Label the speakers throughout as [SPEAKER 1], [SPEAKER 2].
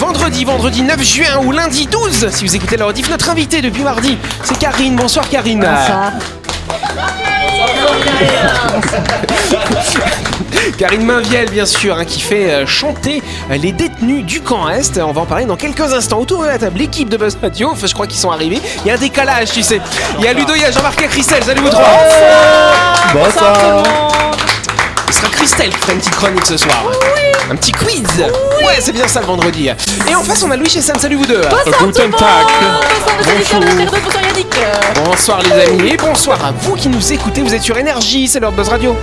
[SPEAKER 1] mercredi, vendredi 9 juin ou lundi 12, si vous écoutez la rediff, notre invité depuis mardi, c'est Karine. Bonsoir Karine.
[SPEAKER 2] Bonsoir.
[SPEAKER 1] Karine Mainviel, bien sûr, hein, qui fait euh, chanter euh, les détenus du camp Est. On va en parler dans quelques instants. Autour de la table, l'équipe de Buzz Radio, enfin, je crois qu'ils sont arrivés. Il y a un décalage, tu sais. Il y a Ludo, il y a Jean-Marc et Christelle. Salut vous trois.
[SPEAKER 3] Bonsoir
[SPEAKER 1] Ce sera Christelle qui fera une petite chronique ce soir. Un petit quiz. Ouais, c'est bien ça le vendredi. Et en face, on a Louis et Sam. Salut vous deux.
[SPEAKER 3] Guten Tag
[SPEAKER 2] Bonsoir, monsieur Richard, bonsoir Yannick. Euh,
[SPEAKER 1] Bonsoir les amis et bonsoir à vous qui nous écoutez. Vous êtes sur Énergie, c'est l'heure de Buzz Radio.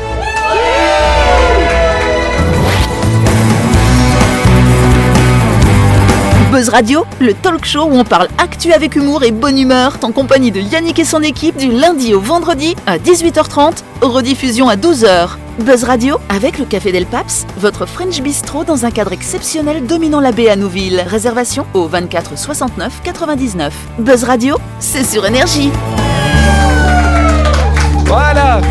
[SPEAKER 4] Buzz Radio, le talk show où on parle actu avec humour et bonne humeur, en compagnie de Yannick et son équipe du lundi au vendredi à 18h30, rediffusion à 12h. Buzz Radio avec le Café Del Paps, votre French Bistro dans un cadre exceptionnel dominant la baie à Nouville. Réservation au 24 69 99. Buzz Radio, c'est sur énergie.
[SPEAKER 1] Voilà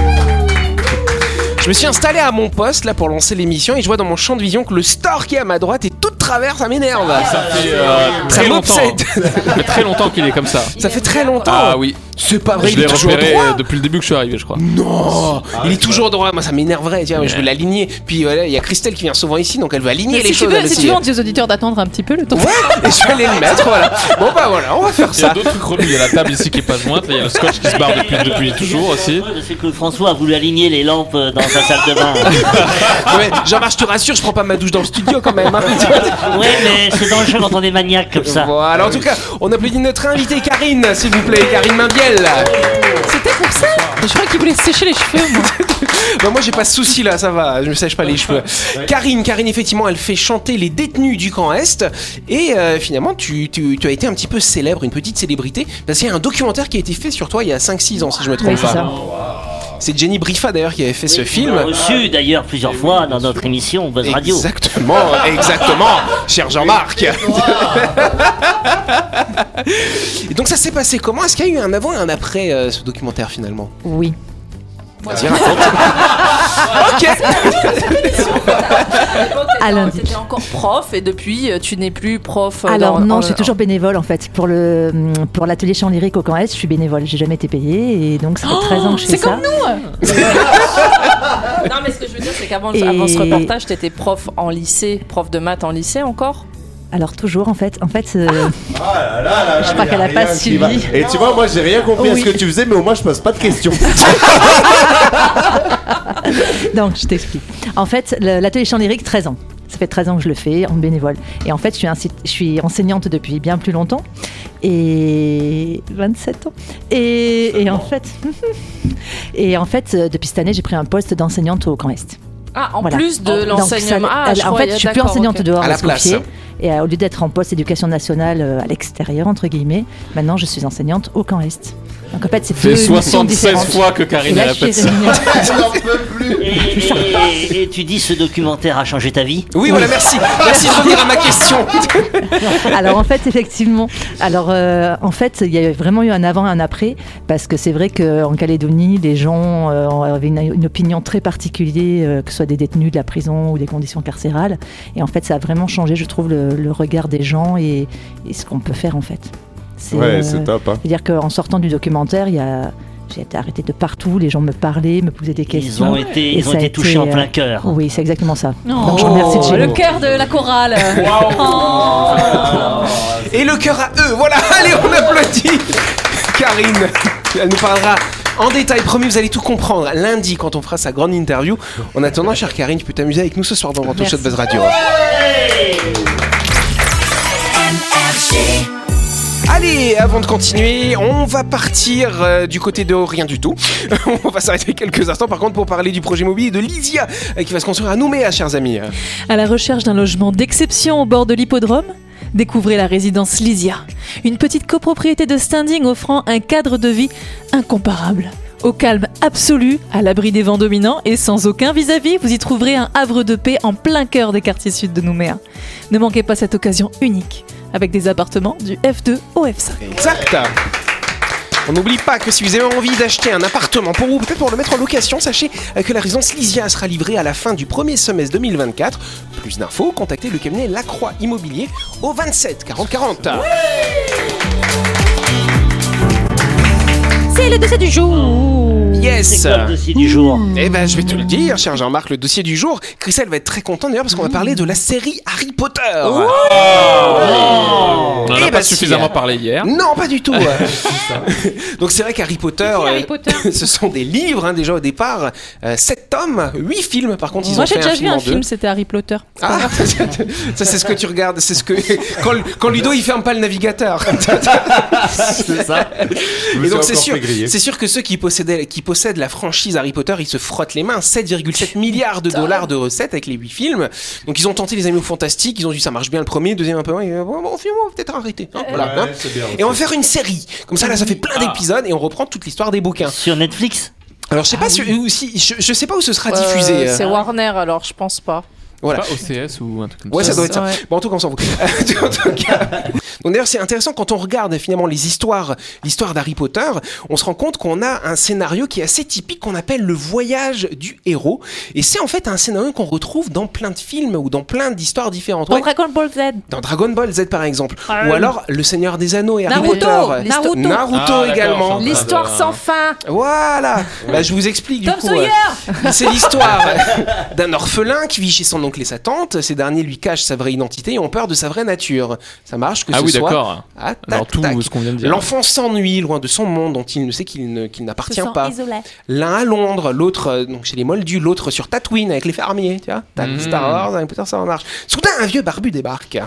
[SPEAKER 1] Je me suis installé à mon poste là pour lancer l'émission et je vois dans mon champ de vision que le store qui est à ma droite est tout de travers, ça m'énerve
[SPEAKER 3] Ah, Ça fait euh,
[SPEAKER 1] Ça
[SPEAKER 3] très longtemps.
[SPEAKER 1] m'obsède.
[SPEAKER 3] Ça fait très longtemps qu'il est comme ça.
[SPEAKER 1] Ça fait très longtemps
[SPEAKER 3] Ah oui,
[SPEAKER 1] C'est pas vrai,
[SPEAKER 3] je
[SPEAKER 1] il
[SPEAKER 3] l'ai
[SPEAKER 1] est toujours
[SPEAKER 3] repéré Ah
[SPEAKER 1] droit
[SPEAKER 3] euh, depuis le début que je suis arrivé, je crois.
[SPEAKER 1] Non Il est toujours droit, moi ça m'énerverait, tiens, je veux l'aligner. Puis voilà, il y a Christelle qui vient souvent ici, donc elle veut aligner les
[SPEAKER 2] Si tu
[SPEAKER 1] choses. elle
[SPEAKER 2] veux, si
[SPEAKER 1] aussi.
[SPEAKER 2] tu veux, on dit aux auditeurs d'attendre un petit peu le temps.
[SPEAKER 1] Ouais, et je vais aller le mettre, voilà. Bon bah voilà, on va faire
[SPEAKER 3] Il y a
[SPEAKER 1] ça.
[SPEAKER 3] d'autres trucs relous, il y a la table ici qui est pas jointe, là, il y a le scotch qui se barre depuis, depuis toujours aussi.
[SPEAKER 5] Je sais que François a voulu aligner les lampes euh, dans sa salle de bain.
[SPEAKER 1] Ah Ouais, Jean-Marc, je te rassure, je prends pas ma douche dans le studio quand même. hein.
[SPEAKER 5] ouais, mais c'est dangereux quand on est maniaque comme ça.
[SPEAKER 1] Voilà, en tout cas, on applaudit notre invitée Karine, s'il vous plaît, Karine Mainviel.
[SPEAKER 2] C'était pour ça Je crois qu'il voulait sécher les cheveux, moi.
[SPEAKER 1] Bah, moi, j'ai pas de souci là, ça va, je me sèche pas les cheveux. Karine, Karine, effectivement, elle fait chanter les détenus du camp Est. Et euh, finalement, tu, tu- tu as été un petit peu célèbre, une petite célébrité, parce qu'il y a un documentaire qui a été fait sur toi il y a 5-6 ans, si je me trompe
[SPEAKER 2] Oui, c'est
[SPEAKER 1] pas.
[SPEAKER 2] ça.
[SPEAKER 1] C'est Jenny Brifa d'ailleurs qui avait fait ce
[SPEAKER 5] On l'a
[SPEAKER 1] film.
[SPEAKER 5] reçu d'ailleurs plusieurs fois dans notre émission Buzz Radio.
[SPEAKER 1] Exactement, exactement, cher Jean-Marc. Et donc ça s'est passé comment Est-ce qu'il y a eu un avant et un après euh, ce documentaire finalement
[SPEAKER 2] Oui.
[SPEAKER 1] Vas-y, raconte. ok.
[SPEAKER 2] À lundi.
[SPEAKER 6] C'était encore prof et depuis euh, tu n'es plus prof. euh,
[SPEAKER 7] Alors
[SPEAKER 6] dans-
[SPEAKER 7] non,
[SPEAKER 6] en-
[SPEAKER 7] je suis
[SPEAKER 2] oh.
[SPEAKER 7] toujours bénévole en fait pour le pour l'atelier chant lyrique au Camp Est. Je suis bénévole, j'ai jamais été payée et donc ça fait 13 ans que je
[SPEAKER 2] Oh,
[SPEAKER 7] fais
[SPEAKER 2] c'est
[SPEAKER 7] ça.
[SPEAKER 2] comme nous
[SPEAKER 6] Non mais ce que je veux dire c'est qu'avant
[SPEAKER 7] Et-
[SPEAKER 6] avant ce reportage t'étais prof en lycée, prof de maths en lycée encore.
[SPEAKER 7] Alors toujours en fait, en fait, euh,
[SPEAKER 2] Ah.
[SPEAKER 8] Ah
[SPEAKER 7] je crois qu'elle a
[SPEAKER 8] Rien
[SPEAKER 7] pas
[SPEAKER 8] qui
[SPEAKER 7] suivi.
[SPEAKER 8] va. Et tu vois, moi j'ai rien compris à ce que tu faisais, mais au moins je pose pas de questions.
[SPEAKER 7] Donc je t'explique. En fait, le- l'atelier chant lyrique 13 ans. Ça fait 13 ans que je le fais en bénévole. Et en fait, je suis, insi- je suis enseignante depuis bien plus longtemps. Et 27 ans. Et, et en fait, et en fait, euh, depuis cette année, j'ai pris un poste d'enseignante au Camp Est.
[SPEAKER 6] Ah en
[SPEAKER 7] Voilà.
[SPEAKER 6] plus de
[SPEAKER 7] Donc,
[SPEAKER 6] l'enseignement.
[SPEAKER 7] ça-
[SPEAKER 6] Ah, je
[SPEAKER 7] en
[SPEAKER 6] croyais-
[SPEAKER 7] fait, je suis plus
[SPEAKER 6] d'accord,
[SPEAKER 7] enseignante
[SPEAKER 6] ok.
[SPEAKER 7] dehors
[SPEAKER 1] À la
[SPEAKER 7] parce qu'au
[SPEAKER 1] place.
[SPEAKER 7] pied. Et euh, au lieu d'être en poste éducation nationale euh, à l'extérieur, entre guillemets, maintenant je suis enseignante au camp Est. Donc en fait, c'est
[SPEAKER 3] fait
[SPEAKER 7] deux missions
[SPEAKER 3] 76
[SPEAKER 7] différentes.
[SPEAKER 3] fois que
[SPEAKER 7] Et
[SPEAKER 3] Karine
[SPEAKER 7] là,
[SPEAKER 3] elle
[SPEAKER 7] je suis
[SPEAKER 3] répète ça.
[SPEAKER 7] rémunérée.
[SPEAKER 5] Et, et- et tu dis ce documentaire a changé ta vie
[SPEAKER 1] Oui, voilà, merci. Merci de revenir à ma question.
[SPEAKER 7] Alors en fait, effectivement, alors euh, en fait, il y a vraiment eu un avant et un après parce que c'est vrai qu'en Calédonie, les gens euh, avaient une, une opinion très particulière, euh, que ce soit des détenus de la prison ou des conditions carcérales. Et en fait, ça a vraiment changé, je trouve, le, le regard des gens et, et ce qu'on peut faire en fait. C'est, euh,
[SPEAKER 8] Ouais, c'est top. Hein.
[SPEAKER 7] C'est-à-dire qu'en sortant du documentaire, il y a... j'ai été arrêtée de partout, les gens me parlaient, me posaient des
[SPEAKER 5] Ils ont
[SPEAKER 7] questions.
[SPEAKER 5] été, Oh,
[SPEAKER 7] Et
[SPEAKER 5] ils ont
[SPEAKER 7] ça a
[SPEAKER 5] été touchés en
[SPEAKER 7] été, euh,
[SPEAKER 5] plein cœur.
[SPEAKER 1] oh.
[SPEAKER 7] Oui, c'est exactement ça.
[SPEAKER 2] Non.
[SPEAKER 7] Donc, je remercie Jenny.
[SPEAKER 2] Oh, le cœur de la chorale. Oh.
[SPEAKER 1] Et le cœur à eux. Voilà, allez, on applaudit. Karine, elle nous parlera en détail. Promis, vous allez tout comprendre lundi quand on fera sa grande interview. En attendant, chère Karine, tu peux t'amuser avec nous ce soir dans le Talk Show de Buzz Radio. Allez, avant de continuer, on va partir euh, du côté de rien du tout. on va s'arrêter quelques instants par contre pour parler du projet immobilier de Lysia euh, qui va se construire à Nouméa, chers amis.
[SPEAKER 9] À la recherche d'un logement d'exception au bord de l'hippodrome Découvrez la résidence Lysia, une petite copropriété de standing offrant un cadre de vie incomparable. Au calme absolu, à l'abri des vents dominants et sans aucun vis-à-vis, vous y trouverez un havre de paix en plein cœur des quartiers sud de Nouméa. Ne manquez pas cette occasion unique avec des appartements du F2 au F5.
[SPEAKER 1] Exact. On n'oublie pas que si vous avez envie d'acheter un appartement pour vous, peut-être pour le mettre en location, sachez euh, que la résidence Lysia sera livrée à la fin du premier semestre 2024. Plus d'infos, contactez le cabinet Lacroix Immobilier au 27 40 40.
[SPEAKER 2] C'est le dossier du jour.
[SPEAKER 1] yes
[SPEAKER 5] C'est quoi le dossier du jour
[SPEAKER 1] Eh ben, je vais te le dire, cher Jean-Marc, le dossier du jour. Christelle va être très contente d'ailleurs parce qu'on va parler de la série Harry Potter.
[SPEAKER 3] On en
[SPEAKER 1] Eh
[SPEAKER 3] a
[SPEAKER 1] bah,
[SPEAKER 3] pas
[SPEAKER 1] si,
[SPEAKER 3] suffisamment
[SPEAKER 1] hein.
[SPEAKER 3] parlé hier.
[SPEAKER 1] Non, pas du
[SPEAKER 8] Ah,
[SPEAKER 1] tout. Euh, Donc c'est vrai qu'Harry Potter,
[SPEAKER 2] Harry
[SPEAKER 1] euh,
[SPEAKER 2] Potter
[SPEAKER 1] ce sont des livres hein, déjà au départ, 7 tomes, 8 films par contre, ils
[SPEAKER 9] Moi
[SPEAKER 1] ont fait
[SPEAKER 9] j'ai déjà
[SPEAKER 1] un
[SPEAKER 9] vu
[SPEAKER 1] film en
[SPEAKER 9] un
[SPEAKER 1] deux.
[SPEAKER 9] film, c'était Harry Potter.
[SPEAKER 1] Ah, ça c'est ce que tu regardes, c'est ce que quand, quand Ludo il ferme pas le navigateur.
[SPEAKER 8] c'est ça. Je me
[SPEAKER 1] Et
[SPEAKER 8] suis
[SPEAKER 1] donc c'est
[SPEAKER 8] encore
[SPEAKER 1] sûr,
[SPEAKER 8] fait griller.
[SPEAKER 1] c'est sûr que ceux qui possédaient, qui possèdent la franchise Harry Potter, ils se frottent les mains. 7,7 milliards de dollars de recettes avec les 8 films. Donc ils ont tenté les Animaux Fantastiques, ils ont dit ça marche bien le premier, le deuxième un peu moins, et, euh, bon, bon, finalement on va peut-être arrêter. hein, voilà, hein.
[SPEAKER 8] Ouais, c'est bien.
[SPEAKER 1] Et on va faire une série. Comme ça là ça fait
[SPEAKER 3] Ah.
[SPEAKER 1] plein d'épisodes et on reprend toute l'histoire des bouquins.
[SPEAKER 5] Sur Netflix
[SPEAKER 1] Alors je
[SPEAKER 3] Ah
[SPEAKER 1] sais pas si- où- si- je, je sais pas où ce sera
[SPEAKER 6] Euh,
[SPEAKER 1] diffusé. euh.
[SPEAKER 6] c'est Warner alors, je pense pas.
[SPEAKER 1] Voilà.
[SPEAKER 3] Pas OCS ou un truc comme
[SPEAKER 1] Ouais, ça
[SPEAKER 3] ça.
[SPEAKER 1] doit être ça.
[SPEAKER 6] Ouais.
[SPEAKER 1] Bon, en tout cas, on s'en fout. en tout cas. Donc, d'ailleurs, c'est intéressant quand on regarde finalement les histoires, l'histoire d'Harry Potter, on se rend compte qu'on a un scénario qui est assez typique qu'on appelle le voyage du héros. Et c'est en fait un scénario qu'on retrouve dans plein de films ou dans plein d'histoires différentes. Ouais,
[SPEAKER 9] Dans Dragon Ball Z.
[SPEAKER 1] dans Dragon Ball Z par exemple. Ou alors Le Seigneur des Anneaux et Harry
[SPEAKER 2] Naruto,
[SPEAKER 6] euh,
[SPEAKER 1] Potter.
[SPEAKER 2] Naruto.
[SPEAKER 1] Naruto
[SPEAKER 3] Ah,
[SPEAKER 1] également.
[SPEAKER 3] d'accord, ça.
[SPEAKER 2] L'histoire sans fin.
[SPEAKER 1] Voilà. Bah, je vous explique du
[SPEAKER 2] Tom
[SPEAKER 1] coup.
[SPEAKER 2] Sawyer.
[SPEAKER 1] euh, c'est l'histoire euh, d'un orphelin qui vit chez son oncle et sa tante. Ces derniers lui cachent sa vraie identité et ont peur de sa vraie nature. Ça marche que
[SPEAKER 3] Ah
[SPEAKER 1] ce
[SPEAKER 3] oui,
[SPEAKER 1] soit.
[SPEAKER 3] d'accord.
[SPEAKER 1] Ah,
[SPEAKER 3] Dans
[SPEAKER 1] tac,
[SPEAKER 3] tout
[SPEAKER 1] tac.
[SPEAKER 3] ce qu'on vient de dire.
[SPEAKER 1] L'enfant s'ennuie loin de son monde dont il ne sait qu'il ne- qu'il n'appartient
[SPEAKER 9] sent
[SPEAKER 1] pas. Ah,
[SPEAKER 9] isolé.
[SPEAKER 1] L'un à Londres, l'autre euh, donc chez les Moldus, l'autre sur Tatooine avec les fermiers, tu vois. Tac,
[SPEAKER 3] Mhm.
[SPEAKER 1] Star Wars, Harry Potter, ça en marche. Soudain, un vieux barbu débarque.
[SPEAKER 3] Eh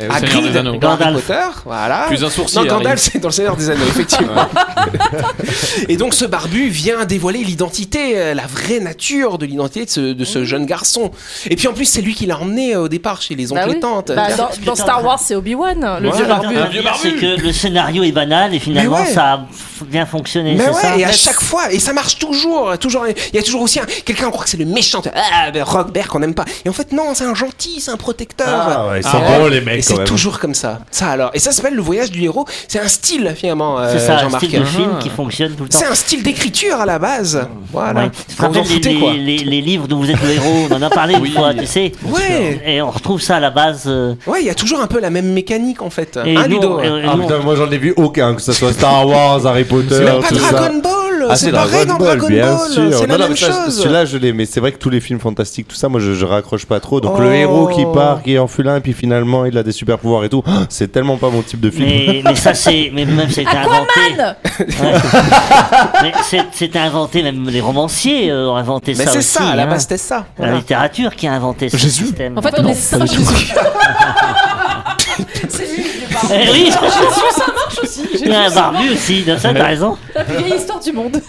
[SPEAKER 3] oui,
[SPEAKER 1] Ah,
[SPEAKER 3] Seigneur
[SPEAKER 1] Creed,
[SPEAKER 3] des Anneaux.
[SPEAKER 1] dans Harry
[SPEAKER 5] Gandalf.
[SPEAKER 1] Potter, voilà.
[SPEAKER 3] Plus un sourcil.
[SPEAKER 1] Non,
[SPEAKER 3] Harry.
[SPEAKER 1] Gandalf, c'est dans le Seigneur des Anneaux, effectivement. et donc, ce barbu vient dévoiler l'identité, euh, la vraie nature de l'identité de ce, de ce jeune garçon. Et puis, en plus, c'est lui qui l'a emmené euh, au départ chez les oncles
[SPEAKER 6] Bah
[SPEAKER 1] et
[SPEAKER 6] oui.
[SPEAKER 1] tantes.
[SPEAKER 6] Bah, dans,
[SPEAKER 5] Putain.
[SPEAKER 6] dans Star Wars, c'est Obi-Wan, le
[SPEAKER 1] Ouais.
[SPEAKER 6] vieux barbu.
[SPEAKER 5] Le
[SPEAKER 3] vieux
[SPEAKER 5] dire, C'est
[SPEAKER 3] barbu.
[SPEAKER 5] que le scénario est banal et finalement
[SPEAKER 1] Mais ouais.
[SPEAKER 5] ça a f- bien fonctionné,
[SPEAKER 1] Mais
[SPEAKER 5] c'est
[SPEAKER 1] ouais,
[SPEAKER 5] ça
[SPEAKER 1] et à chaque fois, et ça marche toujours, toujours. Il y a toujours aussi un, quelqu'un on croit que c'est le méchant, ah, ben, Robert qu'on n'aime pas. Et en fait, non, c'est un gentil, c'est un protecteur.
[SPEAKER 8] Ah ouais, ils sont
[SPEAKER 1] Ah ouais.
[SPEAKER 8] bons les
[SPEAKER 1] Et
[SPEAKER 8] mecs quand
[SPEAKER 1] c'est
[SPEAKER 8] même.
[SPEAKER 1] toujours comme ça. Ça alors. Et ça s'appelle le voyage du héros. C'est un style finalement, euh,
[SPEAKER 5] C'est ça, un
[SPEAKER 1] Jean-Marc.
[SPEAKER 5] style de film
[SPEAKER 3] Ah.
[SPEAKER 5] qui fonctionne tout le temps.
[SPEAKER 1] C'est un style d'écriture à la base. Voilà.
[SPEAKER 5] Ouais. Tu te
[SPEAKER 1] Ah Vous
[SPEAKER 5] rappelles
[SPEAKER 1] en
[SPEAKER 5] les,
[SPEAKER 1] foutez quoi.
[SPEAKER 5] les- les- les livres dont vous êtes le héros On en a parlé une
[SPEAKER 3] Oui.
[SPEAKER 5] fois, tu sais.
[SPEAKER 1] Ouais.
[SPEAKER 5] Et on retrouve ça à la base. euh,
[SPEAKER 1] Ouais, il y a toujours un peu la même mécanique en fait.
[SPEAKER 5] et
[SPEAKER 1] hein,
[SPEAKER 5] nous,
[SPEAKER 1] Ludo
[SPEAKER 5] et- et
[SPEAKER 8] Ah
[SPEAKER 5] nous,
[SPEAKER 8] putain, moi j'en ai vu aucun, que ce soit Star Wars, Harry Potter,
[SPEAKER 1] Même pas
[SPEAKER 8] tout ça.
[SPEAKER 1] Dragon Ball.
[SPEAKER 8] Ah,
[SPEAKER 1] c'est pareil dans Dragon
[SPEAKER 8] bien
[SPEAKER 1] Ball.
[SPEAKER 8] sûr.
[SPEAKER 1] C'est la
[SPEAKER 8] Non, non,
[SPEAKER 1] même
[SPEAKER 8] mais ça,
[SPEAKER 1] chose.
[SPEAKER 8] Celui-là, je l'ai, mais c'est vrai que tous les films fantastiques, tout ça, moi, je, je raccroche pas trop. Donc,
[SPEAKER 1] Oh.
[SPEAKER 8] le héros qui part, qui est en fulin, et puis finalement, il a des super pouvoirs et tout, c'est tellement pas mon type de film.
[SPEAKER 5] Mais, mais ça, c'est. Mais même, ça a été inventé.
[SPEAKER 2] Aquaman
[SPEAKER 5] Ouais. mais c'est- c'était inventé, même les romanciers euh, ont inventé
[SPEAKER 1] Mais
[SPEAKER 5] ça.
[SPEAKER 1] c'est
[SPEAKER 5] aussi,
[SPEAKER 1] ça, à la
[SPEAKER 5] hein.
[SPEAKER 1] base, c'était ça.
[SPEAKER 5] La littérature qui a inventé ce
[SPEAKER 3] Jésus.
[SPEAKER 5] système.
[SPEAKER 9] En fait, on est saint Jésus.
[SPEAKER 5] Eh oui, ça marche aussi. Il y a un barbu aussi, dans ça, t'as raison.
[SPEAKER 9] La plus vieille histoire du monde.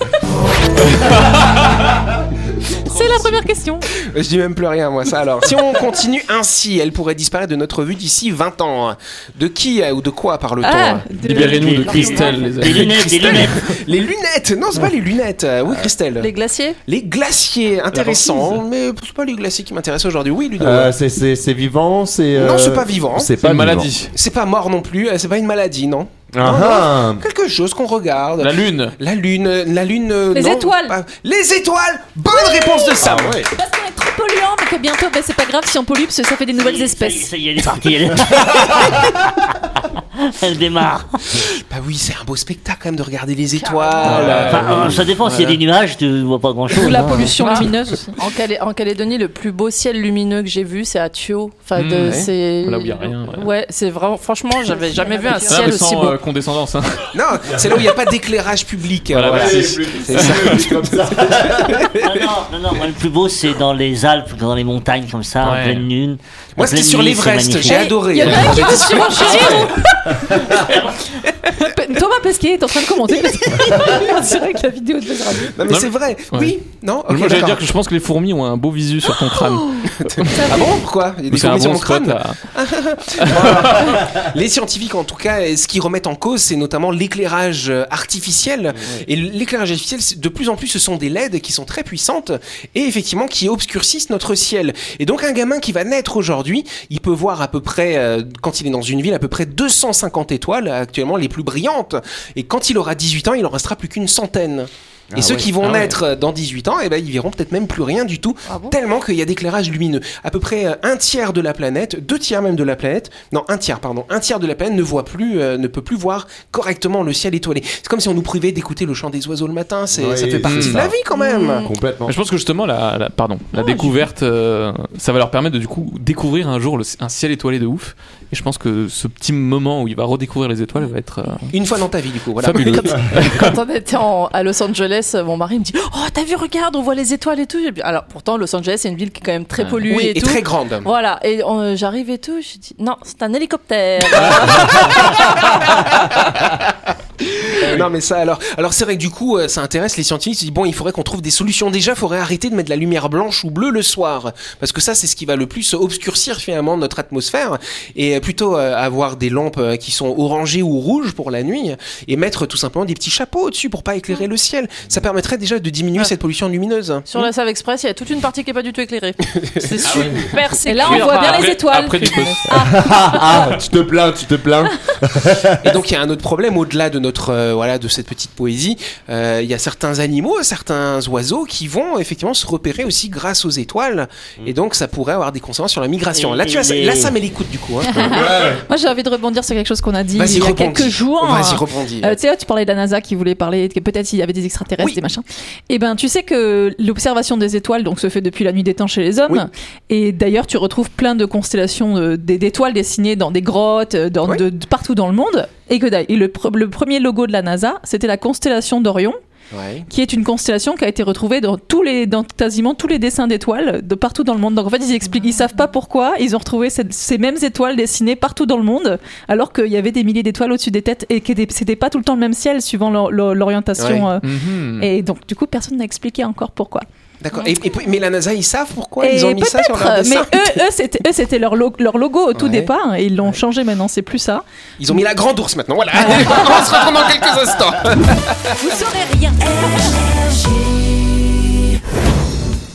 [SPEAKER 9] C'est la première question.
[SPEAKER 1] Je dis même plus rien, moi, ça alors. Si on continue ainsi, elle pourrait disparaître de notre vue d'ici 20 ans. De qui euh, ou de quoi parle-t-on
[SPEAKER 9] Ah,
[SPEAKER 3] Libérez-nous de
[SPEAKER 5] Des-
[SPEAKER 3] Christelle, les
[SPEAKER 5] Des
[SPEAKER 3] amis.
[SPEAKER 5] lunettes, des
[SPEAKER 1] Christelle.
[SPEAKER 5] lunettes.
[SPEAKER 1] Les lunettes Non, c'est pas les lunettes. Euh, Oui, Christelle.
[SPEAKER 6] Les
[SPEAKER 1] Les,
[SPEAKER 6] glaciers
[SPEAKER 1] glaciers, intéressant, mais c'est pas les glaciers qui m'intéressent aujourd'hui. Oui, Ludo.
[SPEAKER 8] Euh, c'est- c'est c'est vivant, c'est. euh,
[SPEAKER 1] Non, c'est pas vivant.
[SPEAKER 8] C'est
[SPEAKER 3] C'est
[SPEAKER 8] pas
[SPEAKER 3] une
[SPEAKER 8] vivant.
[SPEAKER 3] maladie.
[SPEAKER 1] C'est pas mort non plus, euh, c'est pas une maladie, non
[SPEAKER 8] Ah, ah.
[SPEAKER 1] Quelque chose qu'on regarde.
[SPEAKER 3] La lune.
[SPEAKER 1] La lune, euh, la lune. euh,
[SPEAKER 9] Les
[SPEAKER 1] non,
[SPEAKER 9] étoiles.
[SPEAKER 1] pas- Les étoiles. Bonne réponse de Sam.
[SPEAKER 3] Ah
[SPEAKER 9] Parce qu'on est trop polluant, mais que bientôt, ben, c'est pas grave si on pollue, parce que ça fait des nouvelles espèces.
[SPEAKER 5] Ça y est, elle est partie. Elle, elle démarre.
[SPEAKER 1] Bah oui, c'est un beau spectacle quand même de regarder les étoiles.
[SPEAKER 3] Voilà.
[SPEAKER 5] Enfin, euh, ça dépend s'il y a des nuages, tu vois pas hein. grand chose.
[SPEAKER 9] Ou la pollution
[SPEAKER 6] Ah.
[SPEAKER 9] lumineuse aussi.
[SPEAKER 6] en, Calé- en Calédonie, le plus beau ciel lumineux que j'ai vu, c'est à Thio. Enfin, de-
[SPEAKER 3] Mmh, ouais.
[SPEAKER 6] c'est.
[SPEAKER 3] Là où y a rien, ouais.
[SPEAKER 6] Ouais, c'est vraiment. Franchement, j'avais jamais vu un
[SPEAKER 3] Ah,
[SPEAKER 6] ciel
[SPEAKER 3] mais
[SPEAKER 6] aussi
[SPEAKER 3] sans
[SPEAKER 6] beau.
[SPEAKER 3] euh, condescendance. hein.
[SPEAKER 1] Non, c'est là où il n'y a pas d'éclairage public. hein.
[SPEAKER 3] Voilà,
[SPEAKER 1] Voilà.
[SPEAKER 3] merci.
[SPEAKER 1] C'est ça.
[SPEAKER 5] Non, non, non, non, moi, le plus beau, c'est dans les Alpes, dans les montagnes comme ça, en
[SPEAKER 3] Ouais.
[SPEAKER 5] pleine lune.
[SPEAKER 1] Moi,
[SPEAKER 5] En
[SPEAKER 1] c'était
[SPEAKER 5] pleine
[SPEAKER 1] sur
[SPEAKER 5] nuit,
[SPEAKER 1] l'Everest.
[SPEAKER 5] c'est
[SPEAKER 1] J'ai
[SPEAKER 5] magnifique. Eh,
[SPEAKER 1] adoré.
[SPEAKER 9] Il y en a un qui veut surenchérir. Pe- Thomas Pesquet est en train de commenter. parce que- On dirait que la vidéo de Buzz Radio.
[SPEAKER 1] Non, mais
[SPEAKER 3] Non,
[SPEAKER 1] c'est vrai.
[SPEAKER 3] Ouais.
[SPEAKER 1] Oui. Non. Ok,
[SPEAKER 3] Moi, j'allais
[SPEAKER 1] d'accord.
[SPEAKER 3] dire que je pense que les fourmis ont un beau visu sur ton crâne.
[SPEAKER 1] Ah bon Pourquoi Il y a des
[SPEAKER 3] C'est un
[SPEAKER 1] fourmis sur
[SPEAKER 3] bon
[SPEAKER 1] mon
[SPEAKER 3] spot.
[SPEAKER 1] crâne.
[SPEAKER 3] à-
[SPEAKER 1] Les scientifiques, en tout cas, euh, ce qu'ils remettent en cause, c'est notamment l'éclairage euh, artificiel. Et l'éclairage artificiel, c'est- de plus en plus, ce sont des LED qui sont très puissantes et effectivement qui obscurcissent notre ciel. Et donc, un gamin qui va naître aujourd'hui, il peut voir à peu près, euh, quand il est dans une ville, à peu près 200 150 étoiles, actuellement les plus brillantes. Et quand il aura 18 ans, il en restera plus qu'une centaine. Et ceux qui vont naître dans 18 ans, eh ben, ils verront peut-être même plus rien du tout, tellement qu'il y a d'éclairage lumineux. À peu près euh, un tiers de la planète, deux tiers même de la planète, non, un tiers, pardon, un tiers de la planète ne voit plus, euh, ne peut plus voir correctement le ciel étoilé. C'est comme si on nous privait d'écouter le chant des oiseaux le matin, c'est,
[SPEAKER 8] Oui,
[SPEAKER 1] ça fait
[SPEAKER 8] c'est
[SPEAKER 1] partie de
[SPEAKER 8] ça.
[SPEAKER 1] la vie quand
[SPEAKER 6] Mm.
[SPEAKER 1] même.
[SPEAKER 8] Complètement.
[SPEAKER 3] Je pense que justement, la, la- pardon, la découverte, euh, ça va leur permettre de du coup découvrir un jour le- un ciel étoilé de ouf. Et je pense que ce petit moment où il va redécouvrir les étoiles va être euh,
[SPEAKER 1] Une fois dans ta vie, du coup, voilà.
[SPEAKER 3] fabuleux.
[SPEAKER 6] Quand on était en- à Los Angeles, mon mari me dit Oh, t'as vu, regarde, on voit les étoiles et tout. J'ai dit, Alors, pourtant, Los Angeles, c'est une ville qui est quand même très
[SPEAKER 3] Ouais.
[SPEAKER 6] polluée
[SPEAKER 1] Ah. Oui,
[SPEAKER 6] et,
[SPEAKER 1] et
[SPEAKER 6] tout.
[SPEAKER 1] très grande.
[SPEAKER 6] Voilà, et euh, j'arrive et tout, je dis Non, c'est un hélicoptère.
[SPEAKER 1] Non mais ça alors alors c'est vrai que du coup euh, ça intéresse les scientifiques ils se disent bon il faudrait qu'on trouve des solutions déjà faudrait arrêter de mettre de la lumière blanche ou bleue le soir parce que ça c'est ce qui va le plus obscurcir finalement notre atmosphère et euh, plutôt euh, avoir des lampes euh, qui sont orangées ou rouges pour la nuit et mettre tout simplement des petits chapeaux au-dessus pour pas éclairer le ciel ça permettrait déjà de diminuer cette pollution lumineuse
[SPEAKER 6] Sur la Save Express, il y a toute une partie qui est pas du tout éclairée. C'est super sécure.
[SPEAKER 9] Et là, Ah, on voit bien les étoiles.
[SPEAKER 3] Après, tu peux-
[SPEAKER 8] Ah, ah, tu te plains, tu te plains.
[SPEAKER 1] Et donc il y a un autre problème au-delà de notre euh, voilà de cette petite poésie. Euh, il y a certains animaux, certains oiseaux qui vont effectivement se repérer aussi grâce aux étoiles.
[SPEAKER 9] Mm.
[SPEAKER 1] Et donc ça pourrait avoir des conséquences sur la migration.
[SPEAKER 5] Et-
[SPEAKER 1] là tu as,
[SPEAKER 5] et-
[SPEAKER 1] là ça met les coudes du coup. hein.
[SPEAKER 9] Moi, j'ai envie de rebondir sur quelque chose qu'on a dit
[SPEAKER 1] Vas-y
[SPEAKER 9] il y a
[SPEAKER 1] rebondis.
[SPEAKER 9] quelques jours.
[SPEAKER 1] Vas-y rebondis.
[SPEAKER 9] Euh, tu sais, là, tu parlais de la NASA qui voulait parler, que peut-être il y avait des extraterrestres,
[SPEAKER 1] Oui.
[SPEAKER 9] des machins. Eh ben, tu sais que l'observation des étoiles donc, se fait depuis la nuit des temps chez les hommes.
[SPEAKER 1] Oui.
[SPEAKER 9] Et d'ailleurs, tu retrouves plein de constellations euh, des- d'étoiles dessinées dans des grottes, euh, dans,
[SPEAKER 1] Oui.
[SPEAKER 9] de, de partout dans le monde. Et que d'ailleurs, et le, pr- le premier logo de la NASA, c'était la constellation d'Orion,
[SPEAKER 1] Ouais.
[SPEAKER 9] qui est une constellation qui a été retrouvée dans, tous les, dans quasiment tous les dessins d'étoiles de partout dans le monde. Donc en fait, ils expliquent, ils savent pas pourquoi ils ont retrouvé cette- ces mêmes étoiles dessinées partout dans le monde, alors qu'il y avait des milliers d'étoiles au-dessus des têtes et que des- c'était pas tout le temps le même ciel suivant l'or- l'or- l'orientation. euh.
[SPEAKER 3] Mhm.
[SPEAKER 9] Et donc du coup, personne n'a expliqué encore pourquoi.
[SPEAKER 1] D'accord. Et, et- mais la NASA ils savent pourquoi
[SPEAKER 9] Et
[SPEAKER 1] ils ont mis ça sur leur
[SPEAKER 9] peut-être, mais
[SPEAKER 1] dessin.
[SPEAKER 9] eux, eux, c'était, eux, c'était leur, lo- leur logo au tout
[SPEAKER 1] Ouais.
[SPEAKER 9] départ hein, et ils l'ont changé maintenant, c'est plus ça.
[SPEAKER 1] Ils ont mis la grande ours maintenant. Voilà.
[SPEAKER 9] Ah
[SPEAKER 1] On se retrouve dans quelques instants.
[SPEAKER 4] Vous saurez rien.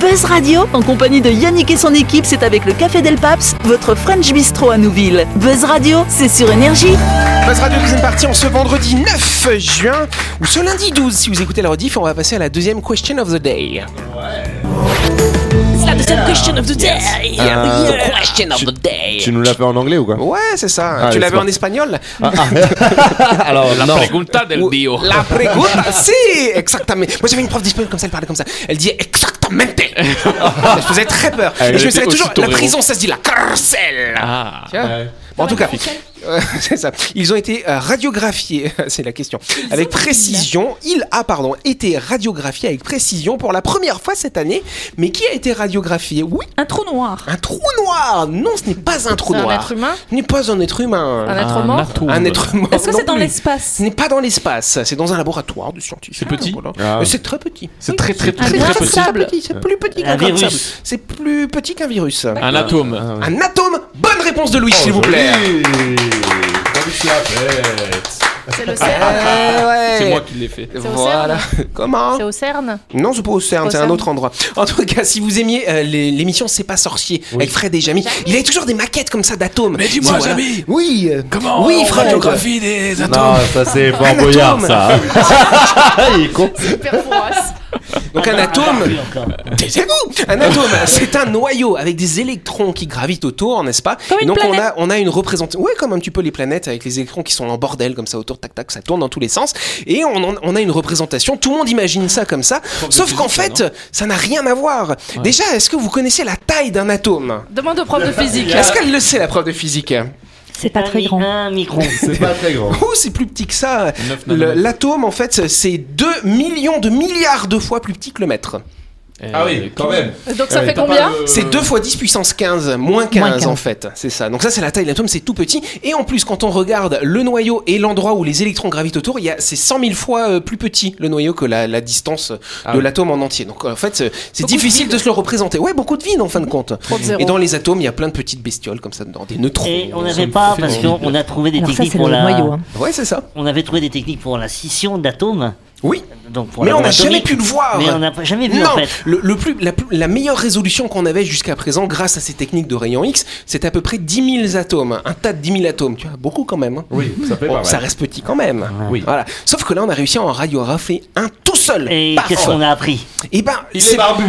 [SPEAKER 4] Buzz Radio, en compagnie de Yannick et son équipe, c'est avec le Café Del Paps, votre French Bistro à Nouville. Buzz Radio, c'est sur Énergie.
[SPEAKER 1] Buzz Radio deuxième partie en ce vendredi 9 juin ou ce lundi 12 si vous écoutez la rediff on va passer à la deuxième question of the day.
[SPEAKER 8] Euh, tu- Tu nous l'as fait en anglais ou quoi
[SPEAKER 1] Ouais c'est ça.
[SPEAKER 3] Ah,
[SPEAKER 8] Allez,
[SPEAKER 1] tu
[SPEAKER 8] c'est
[SPEAKER 1] l'avais en
[SPEAKER 8] parti.
[SPEAKER 1] espagnol.
[SPEAKER 8] Alors
[SPEAKER 3] La
[SPEAKER 8] non.
[SPEAKER 3] pregunta del
[SPEAKER 1] Ou-
[SPEAKER 3] dio.
[SPEAKER 1] La pregunta, si, exactement. Moi j'avais une prof d'espagnol comme ça, elle parlait comme ça. Elle disait exactamente. je faisais très peur.
[SPEAKER 8] Elle
[SPEAKER 1] Et je me
[SPEAKER 3] était
[SPEAKER 1] souviens toujours,
[SPEAKER 3] aussitôt
[SPEAKER 1] la
[SPEAKER 3] héros.
[SPEAKER 1] prison ça se dit la carcel.
[SPEAKER 3] Ah.
[SPEAKER 1] Tu vois Bon, en tout cas, euh, c'est ça. Ils ont été euh, radiographiés, c'est la question. Avec précision, il a pardon été radiographié avec précision pour la première fois cette année. Mais qui a été radiographié Oui,
[SPEAKER 9] Un trou noir.
[SPEAKER 1] un trou noir. Non, ce n'est pas un trou
[SPEAKER 6] C'est un
[SPEAKER 1] noir.
[SPEAKER 6] être humain
[SPEAKER 1] Ce n'est pas un être
[SPEAKER 6] Un
[SPEAKER 3] Ah,
[SPEAKER 1] humain.
[SPEAKER 6] être mort
[SPEAKER 3] arthrose.
[SPEAKER 1] Un être humain.
[SPEAKER 9] Est-ce que c'est dans
[SPEAKER 1] plus.
[SPEAKER 9] l'espace
[SPEAKER 1] Ce n'est pas dans l'espace, c'est dans un laboratoire de scientifiques.
[SPEAKER 3] C'est petit
[SPEAKER 1] Voilà.
[SPEAKER 8] Ah.
[SPEAKER 1] Euh, C'est très petit.
[SPEAKER 3] C'est très très
[SPEAKER 9] Un
[SPEAKER 3] très
[SPEAKER 9] grain
[SPEAKER 3] très
[SPEAKER 9] de
[SPEAKER 3] petit.
[SPEAKER 1] C'est
[SPEAKER 9] sable.
[SPEAKER 1] petit, c'est plus petit qu'un
[SPEAKER 5] Un
[SPEAKER 1] grain de
[SPEAKER 5] virus.
[SPEAKER 1] sable. C'est plus petit qu'un virus.
[SPEAKER 3] Un atome.
[SPEAKER 1] Un atome. Bonne réponse de Louis,
[SPEAKER 3] Oh,
[SPEAKER 1] s'il vous plaît.
[SPEAKER 6] C'est le CERN
[SPEAKER 3] Ah.
[SPEAKER 1] Euh, ouais.
[SPEAKER 3] C'est moi qui l'ai fait.
[SPEAKER 6] Eh C'est au hein.
[SPEAKER 1] Voilà. Comment
[SPEAKER 6] C'est au CERN
[SPEAKER 1] Non, c'est pas au CERN,
[SPEAKER 6] Au
[SPEAKER 1] c'est un
[SPEAKER 6] CERN.
[SPEAKER 1] autre endroit. En tout cas, si vous aimiez euh, les- l'émission C'est pas sorcier avec Fred et Jamie, il avait toujours des maquettes comme ça d'atomes. Mais
[SPEAKER 3] dis-moi, Jamie,
[SPEAKER 1] Oui. euh, Oui, Fred.
[SPEAKER 3] des
[SPEAKER 8] Non, ça c'est Fort
[SPEAKER 1] atome.
[SPEAKER 8] Boyard ça. Il est con.
[SPEAKER 6] Super bourrasse.
[SPEAKER 1] Donc un atome.
[SPEAKER 5] Ah, bah, Oui, encore.
[SPEAKER 1] Taisez-vous Un atome, c'est un noyau avec des électrons qui gravitent autour, n'est-ce pas
[SPEAKER 9] Comme
[SPEAKER 1] Et
[SPEAKER 9] une
[SPEAKER 1] Donc on a,
[SPEAKER 9] planète.
[SPEAKER 1] on a une représentation, ouais, comme un petit peu les planètes avec les électrons qui sont en bordel comme ça autour, tac tac, ça tourne dans tous les sens. Et on, en- on a une représentation. Tout le monde imagine ça comme ça, sauf qu'en fait, ça n'a rien à voir. Déjà, est-ce que vous connaissez la taille d'un atome
[SPEAKER 6] Demande au prof de physique.
[SPEAKER 1] Est-ce qu'elle le sait la preuve de physique
[SPEAKER 7] C'est pas
[SPEAKER 5] Un
[SPEAKER 7] très
[SPEAKER 5] mi-
[SPEAKER 7] grand.
[SPEAKER 5] Un micron.
[SPEAKER 8] C'est pas très grand.
[SPEAKER 1] Oh, c'est plus petit que ça.
[SPEAKER 3] Neuf
[SPEAKER 1] Le-
[SPEAKER 3] nanomètres.
[SPEAKER 1] L'atome, en fait, c'est 2 millions de milliards de fois plus petit que le mètre.
[SPEAKER 10] Ah
[SPEAKER 8] Euh,
[SPEAKER 10] oui, quand même.
[SPEAKER 6] Donc ça
[SPEAKER 10] Ouais,
[SPEAKER 6] fait
[SPEAKER 10] t'as pas
[SPEAKER 6] combien
[SPEAKER 10] le-
[SPEAKER 1] C'est 2 fois 10 puissance 15, moins 15,
[SPEAKER 6] Moins 15.
[SPEAKER 1] en fait, c'est ça. Donc ça c'est la taille de l'atome, c'est tout petit. Et en plus quand on regarde le noyau et l'endroit où les électrons gravitent autour, il y a- c'est 100 000 fois euh, plus petit le noyau que la, la distance
[SPEAKER 10] Ah
[SPEAKER 1] de
[SPEAKER 10] oui.
[SPEAKER 1] l'atome en entier. Donc en fait c'est- c'est difficile de, se le représenter. Ouais, beaucoup de vide en fin de compte.
[SPEAKER 6] de zéros.
[SPEAKER 1] Et dans les atomes, il y a plein de petites bestioles comme ça dedans, des neutrons.
[SPEAKER 5] Et on
[SPEAKER 1] Ça
[SPEAKER 5] n'avait
[SPEAKER 1] me
[SPEAKER 5] pas,
[SPEAKER 1] fait
[SPEAKER 5] parce
[SPEAKER 1] envie.
[SPEAKER 5] qu'on a trouvé des
[SPEAKER 1] Alors ça,
[SPEAKER 5] techniques
[SPEAKER 1] c'est
[SPEAKER 5] pour
[SPEAKER 1] le
[SPEAKER 5] la.
[SPEAKER 1] noyau, hein. Ouais, c'est ça.
[SPEAKER 5] On avait trouvé des techniques pour la scission d'atomes.
[SPEAKER 1] Oui.
[SPEAKER 5] Donc pour
[SPEAKER 1] mais
[SPEAKER 5] la
[SPEAKER 1] on n'a
[SPEAKER 5] bombe
[SPEAKER 1] jamais
[SPEAKER 5] atomique.
[SPEAKER 1] pu le voir.
[SPEAKER 5] Mais on n'a jamais vu
[SPEAKER 1] Non.
[SPEAKER 5] en fait.
[SPEAKER 1] Le, le plus, la, plus- la meilleure résolution qu'on avait jusqu'à présent, grâce à ces techniques de rayon X, c'est à peu près 10 000 atomes, un tas de 10 000 atomes. Tu vois, beaucoup quand même. hein.
[SPEAKER 10] Oui, ça fait
[SPEAKER 1] Bon,
[SPEAKER 10] pas mal.
[SPEAKER 1] ça reste petit quand même.
[SPEAKER 10] Oui.
[SPEAKER 1] Voilà. Sauf que là, on a réussi à en radiographer un tout seul.
[SPEAKER 5] Et
[SPEAKER 1] Paf
[SPEAKER 5] qu'est-ce qu'on a appris
[SPEAKER 1] Eh ben,
[SPEAKER 10] Il
[SPEAKER 1] c'est-
[SPEAKER 10] est barbu.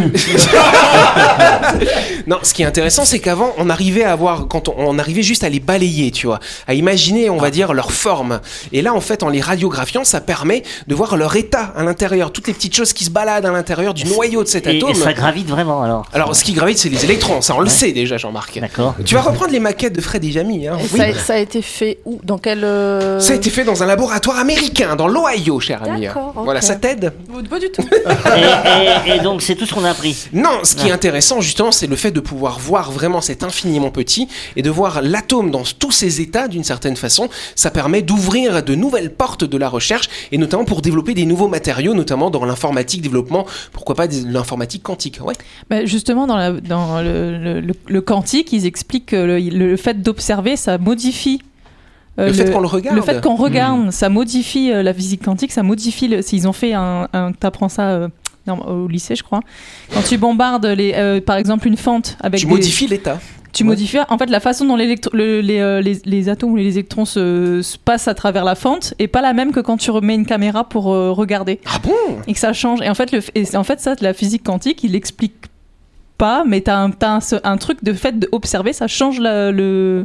[SPEAKER 1] non, ce qui est intéressant, c'est qu'avant, on arrivait à avoir, quand on, on arrivait juste à les balayer, tu vois, à imaginer, on va dire, leur forme. Et là, en fait, en les radiographiant, ça permet de voir leur état à l'intérieur, toutes les petites choses qui se baladent à l'intérieur du noyau de cet
[SPEAKER 5] et,
[SPEAKER 1] atome.
[SPEAKER 5] et ça gravite vraiment alors.
[SPEAKER 1] Alors, ce qui gravite, c'est les électrons, ça on le sait déjà, Jean-Marc.
[SPEAKER 5] D'accord.
[SPEAKER 1] Tu vas reprendre les maquettes de Fred et Jamie, hein
[SPEAKER 6] Et
[SPEAKER 1] oui.
[SPEAKER 6] ça, euh, ça a été fait où Dans quel. euh,
[SPEAKER 1] Ça a été fait dans un laboratoire américain, dans l'Ohio, cher ami.
[SPEAKER 6] D'accord, ok.
[SPEAKER 1] Voilà, ça t'aide
[SPEAKER 6] Pas du
[SPEAKER 1] Ah,
[SPEAKER 6] tout.
[SPEAKER 5] et, et- et donc c'est tout ce qu'on a appris.
[SPEAKER 1] Non, ce qui est
[SPEAKER 5] Ah.
[SPEAKER 1] intéressant justement, c'est le fait de pouvoir voir vraiment cet infiniment petit et de voir l'atome dans tous ses états d'une certaine façon. Ça permet d'ouvrir de nouvelles portes de la recherche et notamment pour développer des nouveaux matériaux, notamment dans l'informatique, développement, pourquoi pas des- de l'informatique quantique. Ouais.
[SPEAKER 11] Bah, justement, dans, la- dans le, le- le- le quantique, ils expliquent que le, le fait d'observer, ça modifie. euh,
[SPEAKER 1] Le fait qu'on le regarde.
[SPEAKER 11] Le fait qu'on regarde, ça modifie euh, la physique quantique, ça modifie. le- S'ils ont fait un. un T'apprends ça euh, non, au lycée, je crois. Quand tu bombardes, les, euh, par exemple, une fente avec.
[SPEAKER 1] Tu
[SPEAKER 11] des-
[SPEAKER 1] modifies l'état.
[SPEAKER 11] Tu
[SPEAKER 1] Ouais.
[SPEAKER 11] modifies en fait la façon dont l'électro- le- les, euh, les- les atomes ou les électrons se, se passent à travers la fente est pas la même que quand tu remets une caméra pour euh, regarder.
[SPEAKER 1] Ah bon
[SPEAKER 11] Et que ça change. Et en fait, le, f- et c'est- en fait ça, la physique quantique, il explique pas, mais t'as un, t'as un, ce- un truc de fait d'observer, ça change la- le,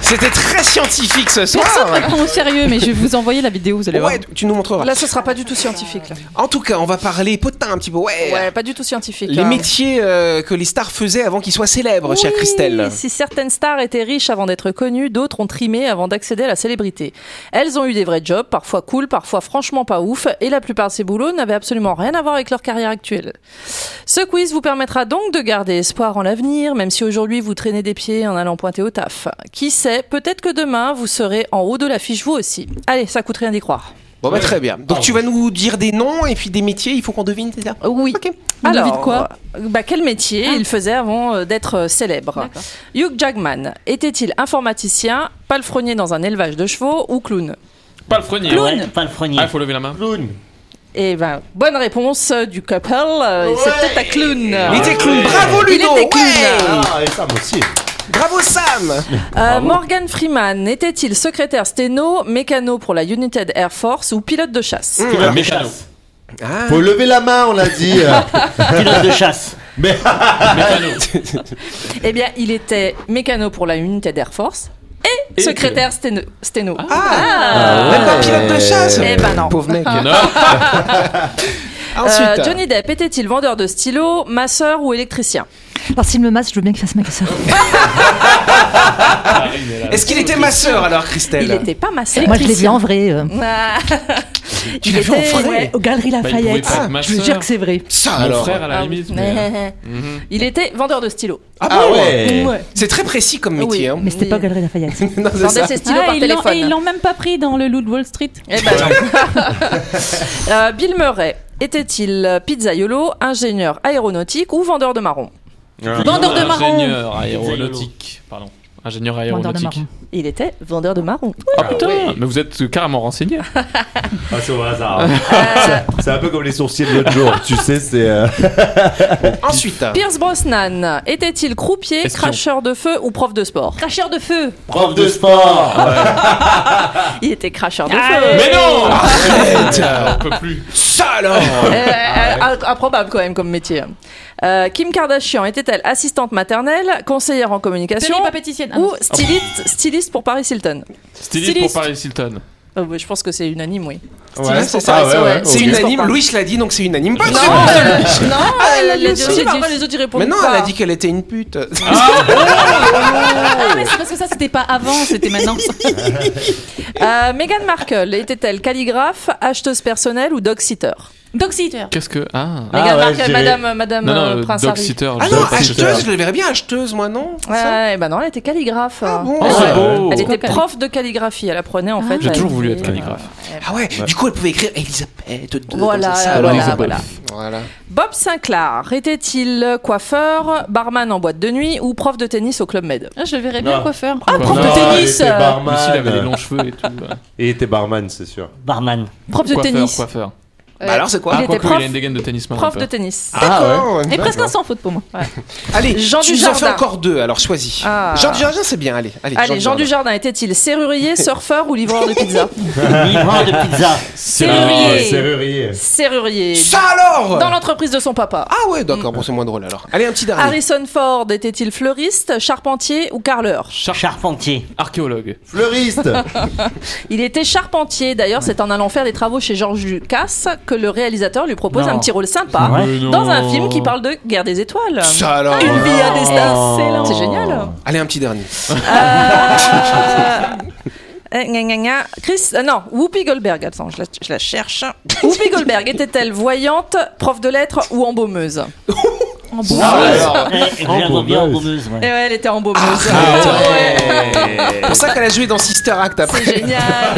[SPEAKER 1] c'était très scientifique ce soir.
[SPEAKER 11] Personne ne prend au sérieux, mais je vais vous envoyer la vidéo, vous allez voir.
[SPEAKER 1] Ah. Ouais, tu nous montreras.
[SPEAKER 6] Là, ce sera pas du tout scientifique. Là.
[SPEAKER 1] En tout cas, on va parler potin un petit peu. Ouais.
[SPEAKER 6] Ouais, pas du tout scientifique.
[SPEAKER 1] euh, Les
[SPEAKER 6] hein.
[SPEAKER 1] métiers euh, que les stars faisaient avant qu'ils soient célèbres, chère Christelle.
[SPEAKER 6] Si certaines stars étaient riches avant d'être connues, d'autres ont trimé avant d'accéder à la célébrité. Elles ont eu des vrais jobs, parfois cool, parfois franchement pas ouf, et la plupart de ces boulots n'avaient absolument rien à voir avec leur carrière actuelle. Ce quiz vous permettra donc de garder espoir en l'avenir, même si aujourd'hui vous traînez des pieds en allant pointer au taf. Qui sait, peut-être que demain vous serez en haut de l'affiche vous aussi. Allez, ça coûte rien d'y croire.
[SPEAKER 1] Bon bah très bien. Donc tu vas nous dire des noms et puis des métiers, il faut qu'on devine, c'est ça
[SPEAKER 6] Oui.
[SPEAKER 1] On
[SPEAKER 6] Alors,
[SPEAKER 1] devine quoi
[SPEAKER 6] euh, bah, quel métier il faisait avant euh, d'être euh, célèbre Hugh Jackman, était-il informaticien, palefrenier dans un élevage de chevaux ou clown
[SPEAKER 3] Pas le frenier.
[SPEAKER 6] Clown.
[SPEAKER 3] Ouais,
[SPEAKER 5] pas le frenier.
[SPEAKER 3] Ah, faut lever la main.
[SPEAKER 6] Eh ben, bonne réponse euh, du couple, euh, c'est peut-être un clown.
[SPEAKER 1] Il était clown, bravo
[SPEAKER 6] Il
[SPEAKER 1] Ludo
[SPEAKER 6] était clown.
[SPEAKER 1] ouais
[SPEAKER 8] Ah, et ça, moi aussi.
[SPEAKER 1] Bravo Sam
[SPEAKER 6] Euh, Morgan Freeman, était-il secrétaire sténo, mécano pour la United Air Force ou pilote de chasse
[SPEAKER 1] Mm.
[SPEAKER 8] Pilote de
[SPEAKER 10] mécano.
[SPEAKER 8] chasse.
[SPEAKER 6] Ah.
[SPEAKER 8] Faut lever la main, on l'a dit.
[SPEAKER 5] Pilote de chasse.
[SPEAKER 8] Mais...
[SPEAKER 6] Eh bien, il était mécano pour la United Air Force et, secrétaire sténo. sténo.
[SPEAKER 1] Ah, Même pas pilote de chasse
[SPEAKER 6] Eh ben non.
[SPEAKER 1] Pauvre mec
[SPEAKER 6] Euh,
[SPEAKER 1] Ensuite
[SPEAKER 6] Johnny Depp était-il vendeur de stylos, masseur ou électricien
[SPEAKER 7] Alors s'il me masse, je veux bien qu'il fasse ma casseur.
[SPEAKER 1] Est-ce qu'il était ma sœur alors Christelle
[SPEAKER 6] Il n'était pas masseur.
[SPEAKER 7] Moi, je l'ai vu en vrai. euh.
[SPEAKER 6] Ah.
[SPEAKER 7] Tu
[SPEAKER 6] Il
[SPEAKER 7] l'as vu en
[SPEAKER 6] était-
[SPEAKER 7] vrai
[SPEAKER 6] ouais.
[SPEAKER 7] Aux Galeries
[SPEAKER 3] Bah, il pouvait
[SPEAKER 7] Lafayette. Ah,
[SPEAKER 3] pas être ma
[SPEAKER 7] je vous
[SPEAKER 3] sœur.
[SPEAKER 7] jure que c'est vrai.
[SPEAKER 1] Ça
[SPEAKER 3] Mon
[SPEAKER 1] alors
[SPEAKER 3] frère à la
[SPEAKER 6] Ah,
[SPEAKER 3] limite.
[SPEAKER 6] oui.
[SPEAKER 3] mais, euh,
[SPEAKER 6] Il était vendeur de stylos.
[SPEAKER 1] Ah
[SPEAKER 3] Ah
[SPEAKER 1] bon
[SPEAKER 3] ouais. Ouais.
[SPEAKER 1] C'est très précis
[SPEAKER 6] Ah
[SPEAKER 1] comme métier. hein.
[SPEAKER 7] Mais c'était pas aux Galeries Lafayette.
[SPEAKER 1] Non, c'est
[SPEAKER 6] Vendait
[SPEAKER 1] ça.
[SPEAKER 6] ses
[SPEAKER 7] Ah,
[SPEAKER 6] stylos par
[SPEAKER 11] ils l'ont-
[SPEAKER 6] téléphone.
[SPEAKER 11] Ah, et ils l'ont même pas pris dans le Loot Wall Street.
[SPEAKER 6] Eh ben non. Euh, Bill Murray était-il euh, pizzaiolo, ingénieur aéronautique ou vendeur de marron Vendeur de marron.
[SPEAKER 3] Ingénieur aéronautique. Pardon. Ingénieur aéronautique.
[SPEAKER 6] Il était vendeur de marron.
[SPEAKER 3] Ah putain, mais vous êtes carrément renseigné.
[SPEAKER 8] Ah, c'est au hasard. c'est un peu comme les sourciers de l'autre jour. Tu sais, c'est. euh,
[SPEAKER 1] Ensuite,
[SPEAKER 6] Pierce Brosnan était-il croupier,
[SPEAKER 8] Espion.
[SPEAKER 6] cracheur de feu ou prof de sport
[SPEAKER 11] Cracheur de feu.
[SPEAKER 8] prof de sport.
[SPEAKER 6] Il était cracheur de
[SPEAKER 7] Ah,
[SPEAKER 6] feu.
[SPEAKER 3] Mais non
[SPEAKER 1] Arrête
[SPEAKER 3] On peut plus.
[SPEAKER 1] Ça alors
[SPEAKER 6] Euh, euh, Improbable quand même comme métier. Euh, Kim Kardashian était-elle assistante maternelle, conseillère en communication
[SPEAKER 11] Tenez, pas pâtissienne. Ah,
[SPEAKER 6] ou
[SPEAKER 11] non.
[SPEAKER 6] styliste, styliste pour Paris Hilton
[SPEAKER 3] Styliste pour Paris Hilton.
[SPEAKER 6] Euh, ouais, je pense que c'est unanime, oui.
[SPEAKER 1] Ouais,
[SPEAKER 6] Stevens,
[SPEAKER 1] c'est
[SPEAKER 6] pour
[SPEAKER 1] ça,
[SPEAKER 8] Ah
[SPEAKER 6] pas,
[SPEAKER 1] ouais,
[SPEAKER 6] c'est-
[SPEAKER 1] ouais,
[SPEAKER 6] ouais,
[SPEAKER 1] c'est
[SPEAKER 6] Stevens pour
[SPEAKER 1] unanime.
[SPEAKER 6] pas.
[SPEAKER 1] Louis l'a dit, donc c'est unanime. Pas
[SPEAKER 6] Non, elle- non, elle l'a dit aussi, par contre, les autres, ils répondent
[SPEAKER 1] Mais non,
[SPEAKER 6] pas.
[SPEAKER 1] elle a dit qu'elle était une pute.
[SPEAKER 11] Ah, mais c'est parce que ça, c'était pas avant, c'était maintenant.
[SPEAKER 6] Euh, Meghan Markle était-elle calligraphe, acheteuse personnelle ou dog-sitter
[SPEAKER 11] Dog-sitter.
[SPEAKER 3] Qu'est-ce que. Ah,
[SPEAKER 6] Ah Meghan ouais, Markle, je dirais- madame- euh, madame,
[SPEAKER 3] Non, non,
[SPEAKER 6] euh, Prince
[SPEAKER 3] dog
[SPEAKER 6] Harry.
[SPEAKER 3] sitter,
[SPEAKER 1] Ah
[SPEAKER 3] je
[SPEAKER 1] non,
[SPEAKER 3] dirais pas
[SPEAKER 1] acheteuse,
[SPEAKER 3] sitter.
[SPEAKER 1] je le verrais bien, acheteuse, moi, non
[SPEAKER 6] Ouais, bah non, elle était calligraphe. hein.
[SPEAKER 1] bon
[SPEAKER 6] elle,
[SPEAKER 1] Ah, c'est beau.
[SPEAKER 6] elle
[SPEAKER 1] C'est quoi,
[SPEAKER 6] était prof de calligraphie, elle apprenait en fait. euh,
[SPEAKER 3] J'ai
[SPEAKER 6] à
[SPEAKER 3] toujours
[SPEAKER 6] écrire.
[SPEAKER 3] voulu être calligraphe.
[SPEAKER 1] Ah ouais, du coup, elle pouvait écrire Elisabeth II, comme
[SPEAKER 6] Voilà,
[SPEAKER 1] ça, ça.
[SPEAKER 6] voilà, Euh,
[SPEAKER 1] Elisabeth.
[SPEAKER 6] voilà.
[SPEAKER 1] Ah, Voilà.
[SPEAKER 6] Bob Sinclair était-il coiffeur, barman en boîte de nuit ou prof de tennis au Club Med
[SPEAKER 11] Je le verrais
[SPEAKER 8] bien Non. coiffeur.
[SPEAKER 11] Ah, prof
[SPEAKER 8] Non,
[SPEAKER 11] de
[SPEAKER 8] il
[SPEAKER 11] tennis.
[SPEAKER 8] était
[SPEAKER 11] euh,
[SPEAKER 8] barman.
[SPEAKER 3] Lucille avait les longs cheveux et tout.
[SPEAKER 8] Et il était barman, c'est sûr.
[SPEAKER 5] Barman.
[SPEAKER 11] Prof de
[SPEAKER 3] Coiffeur,
[SPEAKER 11] tennis.
[SPEAKER 3] Coiffeur.
[SPEAKER 6] Bah Euh, alors, c'est quoi
[SPEAKER 3] Ah,
[SPEAKER 6] il était
[SPEAKER 3] quoique,
[SPEAKER 6] prof-
[SPEAKER 3] il a une dégaine de tennisman.
[SPEAKER 6] prof
[SPEAKER 3] un
[SPEAKER 6] de
[SPEAKER 3] peu.
[SPEAKER 6] tennis.
[SPEAKER 3] Ah ouais.
[SPEAKER 11] Et presque un sans faute pour moi. Ouais.
[SPEAKER 1] Allez,
[SPEAKER 6] Jean
[SPEAKER 1] tu nous en fais
[SPEAKER 6] Dujardin.
[SPEAKER 1] encore deux, alors choisis.
[SPEAKER 6] Ah.
[SPEAKER 1] Jean Dujardin, c'est bien, allez. Allez,
[SPEAKER 6] Allez, Jean Dujardin était-il serrurier, surfeur ou livreur de pizza
[SPEAKER 5] Livreur de pizza.
[SPEAKER 6] Serrurier.
[SPEAKER 8] Ah Serrurier.
[SPEAKER 6] Serrurier.
[SPEAKER 1] Ça alors
[SPEAKER 6] Dans l'entreprise de son papa.
[SPEAKER 1] Ah ouais, d'accord, bon, c'est moins drôle alors. Allez, un petit dernier.
[SPEAKER 6] Harrison Ford était-il fleuriste, charpentier ou carreleur
[SPEAKER 5] Charpentier.
[SPEAKER 3] Archéologue.
[SPEAKER 8] Fleuriste
[SPEAKER 6] Il était charpentier. D'ailleurs, c'est en allant faire des travaux chez Georges Lucas que le réalisateur lui propose
[SPEAKER 5] Non.
[SPEAKER 6] un petit rôle sympa
[SPEAKER 5] Mais non.
[SPEAKER 6] dans un film qui parle de guerre des étoiles.
[SPEAKER 1] Ça alors
[SPEAKER 6] Une vie à
[SPEAKER 1] Oh.
[SPEAKER 6] destin. C'est génial.
[SPEAKER 1] Allez, un petit dernier.
[SPEAKER 6] Euh, gna, gna, gna. Chris, euh, non, Whoopi Goldberg. Attends, je la, je la cherche. Whoopi Goldberg était-elle voyante, prof de lettres ou embaumeuse
[SPEAKER 1] Ah,
[SPEAKER 5] Eh, je la vois bien en bombeuse,
[SPEAKER 6] Eh
[SPEAKER 5] ouais.
[SPEAKER 6] ouais, elle était embaumeuse.
[SPEAKER 7] Ah.
[SPEAKER 3] Ah,
[SPEAKER 1] C'est pour ça qu'elle a joué dans Sister Act après.
[SPEAKER 6] C'est génial.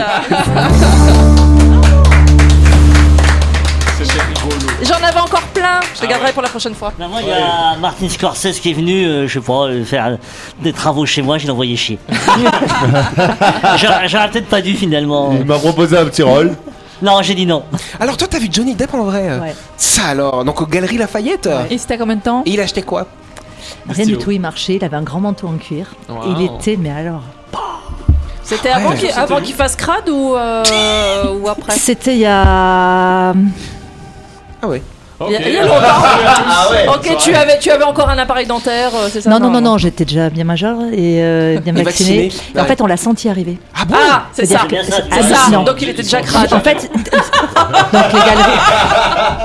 [SPEAKER 6] J'en avais encore plein. Je
[SPEAKER 7] Ah
[SPEAKER 6] les garderai pour la prochaine fois.
[SPEAKER 5] Ben, Moi, il y a Martin Scorsese qui est venu, euh, je sais pas, euh, faire des travaux chez moi, je l'ai envoyé chier. J'aurais j'aurais peut-être pas dû finalement.
[SPEAKER 8] Il m'a proposé un petit rôle.
[SPEAKER 5] Non, j'ai dit non.
[SPEAKER 1] Alors toi, t'as vu Johnny Depp en vrai euh,
[SPEAKER 7] Ouais.
[SPEAKER 1] Ça alors, donc aux Galeries Lafayette
[SPEAKER 11] Et c'était à combien de temps
[SPEAKER 1] Et il achetait quoi
[SPEAKER 7] Rien du tout, il marchait, il avait un grand manteau en cuir.
[SPEAKER 1] Wow.
[SPEAKER 7] Il était, mais alors.
[SPEAKER 6] C'était avant
[SPEAKER 7] Ouais,
[SPEAKER 6] qu'il
[SPEAKER 7] c'était-
[SPEAKER 6] avant qu'il fasse crade ou euh, ou après.
[SPEAKER 7] C'était il y a.
[SPEAKER 1] Ah ouais.
[SPEAKER 6] Il y a- il y a longtemps.
[SPEAKER 7] ah
[SPEAKER 6] ok, tu avais, tu avais encore un appareil dentaire, euh, c'est ça
[SPEAKER 7] Non, non, non, non, j'étais déjà bien majeure et euh, bien
[SPEAKER 6] Et
[SPEAKER 7] vaccinée.
[SPEAKER 6] vaccinée.
[SPEAKER 7] Et en
[SPEAKER 6] Ouais.
[SPEAKER 7] fait, on l'a senti arriver.
[SPEAKER 1] Ah
[SPEAKER 6] bon Ah, c'est ça.
[SPEAKER 7] C'est-à-dire que-
[SPEAKER 6] C'est ça.
[SPEAKER 7] hallucinant.
[SPEAKER 6] Donc, il était déjà crade.
[SPEAKER 7] En fait, donc les galeries.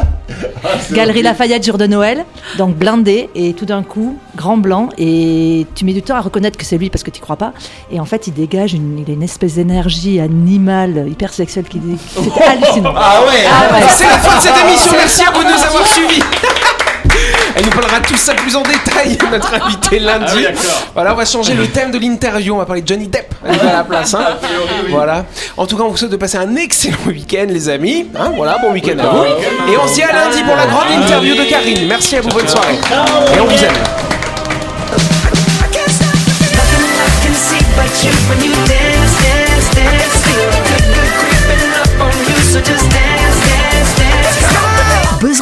[SPEAKER 7] Galerie Lafayette, jour de Noël, donc blindé, et tout d'un coup, grand blanc, et tu mets du temps à reconnaître que c'est lui parce que tu crois pas. Et en fait, il dégage une, il a une espèce d'énergie animale, hyper sexuelle, qui c'est hallucinant.
[SPEAKER 1] Ah ouais,
[SPEAKER 7] Ah ouais.
[SPEAKER 1] C'est la fin de cette émission,
[SPEAKER 7] C'est
[SPEAKER 1] merci à vous de nous
[SPEAKER 7] parti.
[SPEAKER 1] avoir suivis Elle nous parlera de tout ça plus en détail, notre invité lundi. voilà, on va changer le thème de l'interview, on va parler de Johnny Depp Elle est à la place. hein. Voilà. En tout cas, on vous souhaite de passer un excellent week-end, les amis. Hein, voilà, bon week-end à vous. Et on se dit à lundi pour la grande interview de Karine. Merci à vous, bonne soirée. Et on vous aime.
[SPEAKER 4] Buzz